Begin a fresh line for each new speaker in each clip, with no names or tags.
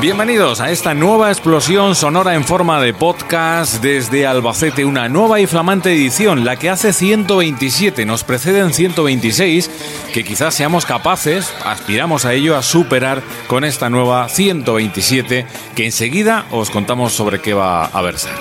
Bienvenidos a esta nueva explosión sonora en forma de podcast desde Albacete, una nueva y flamante edición, la que hace 127, nos preceden 126, que quizás seamos capaces, aspiramos a ello, a superar con esta nueva 127, que enseguida os contamos sobre qué va a versar.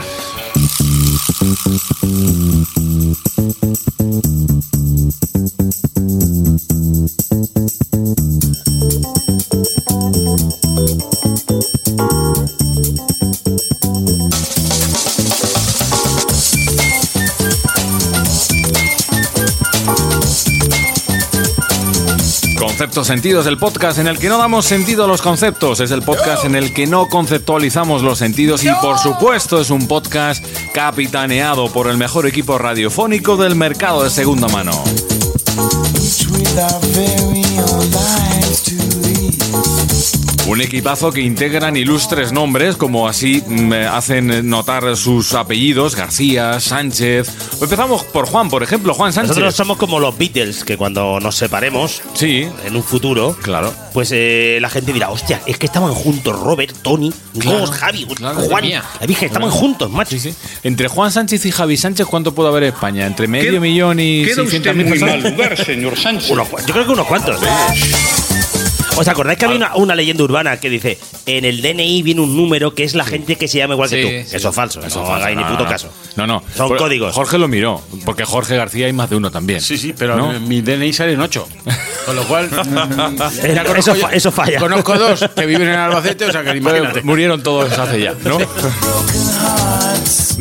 Conceptos Sentidos, el podcast en el que no damos sentido a los conceptos, es el podcast en el que no conceptualizamos los sentidos y por supuesto es un podcast capitaneado por el mejor equipo radiofónico del mercado de segunda mano.
with our very own lives to lead.
Un equipazo que integran ilustres nombres, como así mm, eh, hacen notar sus apellidos, García, Sánchez. Empezamos por Juan, por ejemplo, Juan Sánchez.
Nosotros somos como los Beatles, que cuando nos separemos
Sí,
en un futuro,
claro.
pues eh, la gente dirá, hostia, es que estaban juntos Robert, Tony,
Claro,
Ghost, Javi,
claro,
Juan,
mía.
la Virgen, estaban juntos, macho.
Sí, sí. Entre Juan Sánchez y Javi Sánchez, ¿cuánto puede haber en España? ¿Entre medio
Queda-
millón y
Queda usted
600
en
mil
muy mal
personas?
lugar, señor Sánchez.
Unos cua- yo creo que unos cuantos. ¿eh? ¿Os acordáis que había una, una leyenda urbana que dice, en el DNI viene un número que es la gente que se llama igual que
Sí,
tú?
sí.
Eso es falso,
Eso
no
pasa,
hagáis ni
no,
puto
no.
caso.
No, no.
Son
Pero
códigos.
Jorge lo miró, porque Jorge García hay más de uno también.
Sí, sí, pero
¿No?
mi- mi DNI sale en 8. Con lo cual.
Eh,
ya
eso,
conozco yo-
fa- eso falla.
Conozco dos que viven en Albacete, o sea que imagínate.
Murieron todos hace ya, ¿no?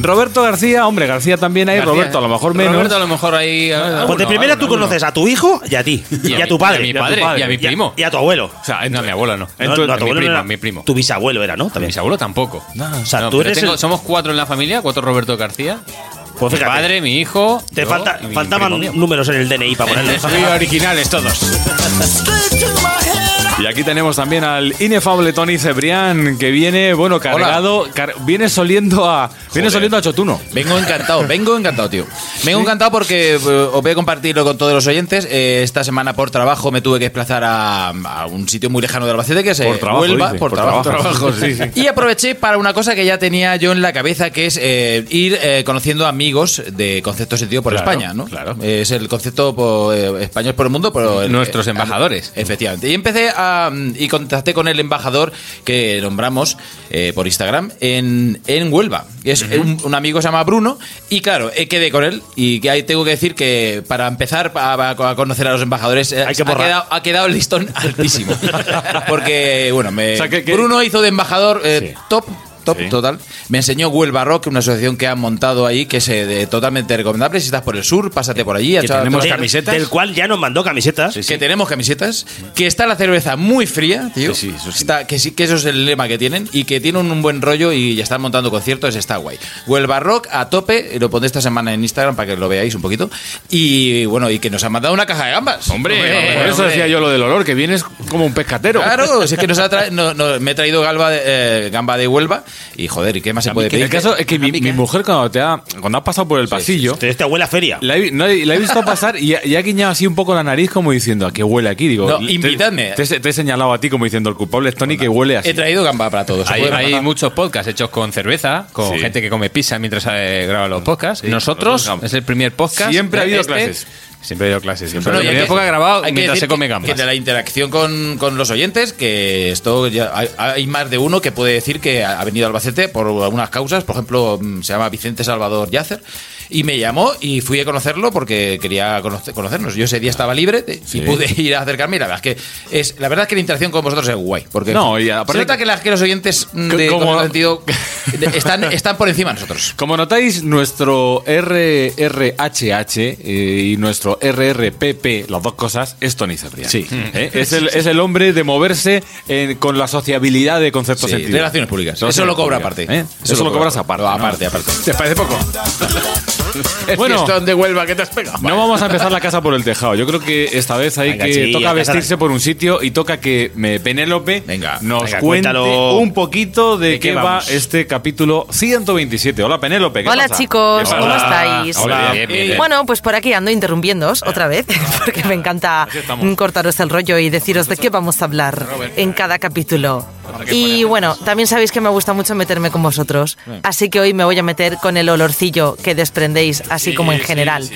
Roberto García, hombre, García también hay,
García.
Roberto a lo mejor menos.
Roberto a lo mejor ahí.
Ah,
a- a
Pues de
uno,
primera
a
tú
uno.
conoces a tu hijo y a ti, y, a,
mi-
tu padre.
Y a mi padre, y a mi
Y a-
primo.
Y a tu abuelo.
O sea,
No, a mi abuela no.
No,
Entonces,
no, tu
mi
abuelo
primo,
era-
mi primo.
Tu bisabuelo era, ¿no? También.
Mi abuelo tampoco.
O sea,
No,
tú
pero
eres
tengo-
el-
Somos cuatro en la familia, cuatro Roberto García.
Pues
mi
fíjate.
padre, mi hijo.
Te
yo
falta-
y mi
faltaban
primo mío.
números en el DNI para ponerle.
Muy originales todos.
Straight to my head.
Y aquí tenemos también al inefable Tony Cebrián, que viene, bueno, cargado, car- viene soliendo a. Viene soliendo a Chotuno.
Vengo encantado, vengo encantado, tío. Vengo encantado porque eh, os voy a compartirlo con todos los oyentes. Eh, esta semana por trabajo me tuve que desplazar a, a un sitio muy lejano de Albacete que es eh,
Por trabajo,
Huelva.
dice,
por,
por
trabajo.
trabajo, sí, sí.
Y aproveché para una cosa que ya tenía yo en la cabeza, que es eh, ir eh, conociendo amigos de concepto sentido por
Claro,
España, ¿no?
claro.
Eh, es el concepto po- eh, español por el mundo, pero el- eh,
Nuestros embajadores.
Efectivamente. Y empecé a, mm, y contacté con el embajador que nombramos eh, por Instagram en, en Huelva. Y Es un, un amigo que se llama Bruno. Y claro, eh, quedé con él. Y que ahí tengo que decir que para empezar a, a- a conocer a los embajadores eh,
Hay que
ha,
borrar.
quedado, ha quedado el listón altísimo. Porque, bueno, me,
O sea, que- que-
Bruno hizo de embajador eh,
Sí.
top. Top,
Sí.
total. Me enseñó Huelva Rock, una asociación que han montado ahí que es eh, de- totalmente recomendable. Si estás por el sur,
Eh,
pásate por allí. echa-
tenemos
echa-
Del-
camisetas.
Del cual ya nos mandó camisetas.
que tenemos camisetas, que está la cerveza muy fría, tío.
Sí, sí, eso sí.
Está, que sí, que eso es el lema que tienen y que tienen un buen rollo y ya están montando conciertos, está guay. Huelva Rock a tope, eh, lo pondré esta semana en Instagram para que lo veáis un poquito. Y bueno, y que nos han mandado una caja de gambas.
Hombre,
Por eso decía yo lo del olor, que vienes como un pescatero.
Claro, si es que nos ha tra- no- no, me he traído galba de, eh, gamba de Huelva y joder, ¿y qué más se puede pedir?
El Pues, caso es que mi, mi mujer, cuando te ha, cuando ha pasado por el pasillo,
Te te huele a feria.
La he, no, la he visto pasar y ha, y ha guiñado así un poco la nariz como diciendo, ¿a qué huele aquí? Digo,
No,
te-
invitadme.
Te, he- te he señalado a ti como diciendo, el culpable es Tony que huele así.
He traído gamba para todos.
Hay,
Joder,
hay
mamá.
muchos podcasts hechos con cerveza, con
Sí.
gente que come pizza mientras eh, graba los podcasts. Nosotros,
nosotros-
es el primer podcast.
Siempre ha habido
este.
clases.
Siempre ha habido clases. Siempre
Bueno,
ha
y
habido
hay que-
época grabado
hay que
mientras
decir
se come
que-
gambas.
Que de la interacción con, con los oyentes, que esto ya hay, hay más de uno que puede decir que ha ha venido a Albacete por algunas causas. Por ejemplo, mm, se llama Vicente Salvador Yacer Y me llamó y fui a conocerlo porque quería conoce- conocernos. Yo ese día estaba libre de- y pude ir a acercarme. Y la verdad es que es, la verdad es que la interacción con vosotros es guay. Porque
No, y
se
aparte
nota
que-
que, las- que los oyentes mm,
Co-
de
como-
Contacto sentido de- están, están por encima de nosotros.
Como notáis, nuestro RRHH eh, y nuestro RRPP, las dos cosas, es Tony Cebrián. Sí. Es, el, es el hombre de moverse en- con la sociabilidad de conceptos
Sí,
sentido.
relaciones públicas. Eso lo cobra aparte.
¿Eh? Eso, lo cobras aparte.
No,
¿no?
aparte, aparte.
¿Te parece poco?
Bueno.
bueno, de Huelva que te has pegado.
No vamos a empezar la casa por el tejado. Yo creo que esta vez hay
Venga,
que
sí,
toca
a casa
vestirse por un sitio y toca que me, Penélope
Venga,
nos
venga,
cuente
cuéntalo.
un poquito de,
¿De
qué,
qué
va
vamos?
este capítulo 127. Hola Penélope. ¿qué
Hola,
pasa?
chicos,
¿Qué pasa?
¿cómo estáis?
Hola. Eh,
Bien, bien, bien.
Bueno, pues por aquí ando interrumpiéndoos otra vez, porque me encanta mm,
Así estamos.
cortaros el rollo y deciros de qué vamos a hablar en cada capítulo. Y bueno, también sabéis que me gusta mucho meterme con vosotros, así que hoy me voy a meter con el olorcillo que desprendéis, así como en general.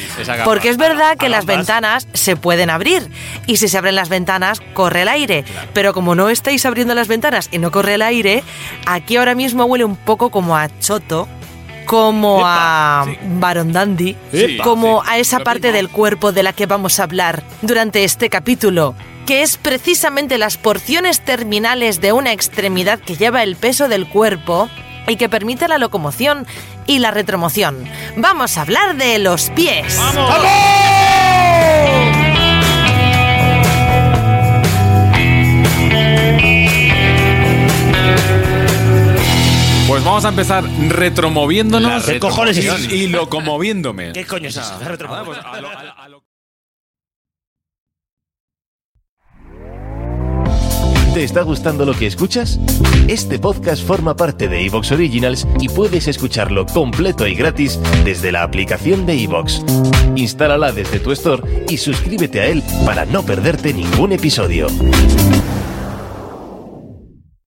Porque es verdad que las ventanas se pueden abrir, y si se abren las ventanas, corre el aire. Pero como no estáis abriendo las ventanas y no corre el aire, aquí ahora mismo huele un poco como a choto, como a Baron Dandy, como a esa parte del cuerpo de la que vamos a hablar durante este capítulo, que es precisamente las porciones terminales de una extremidad que lleva el peso del cuerpo y que permite la locomoción y la retromoción. Vamos a hablar de los pies.
Pues vamos a empezar retromoviéndonos.
¿Qué cojones es eso?
y, y locomoviéndome.
¿Qué coño es eso? La retromo-
Ah, pues a lo- a lo- a lo-
¿Te está gustando lo que escuchas? Este podcast forma parte de Evox Originals y puedes escucharlo completo y gratis desde la aplicación de Evox. Instálala desde tu store y suscríbete a él para no perderte ningún episodio.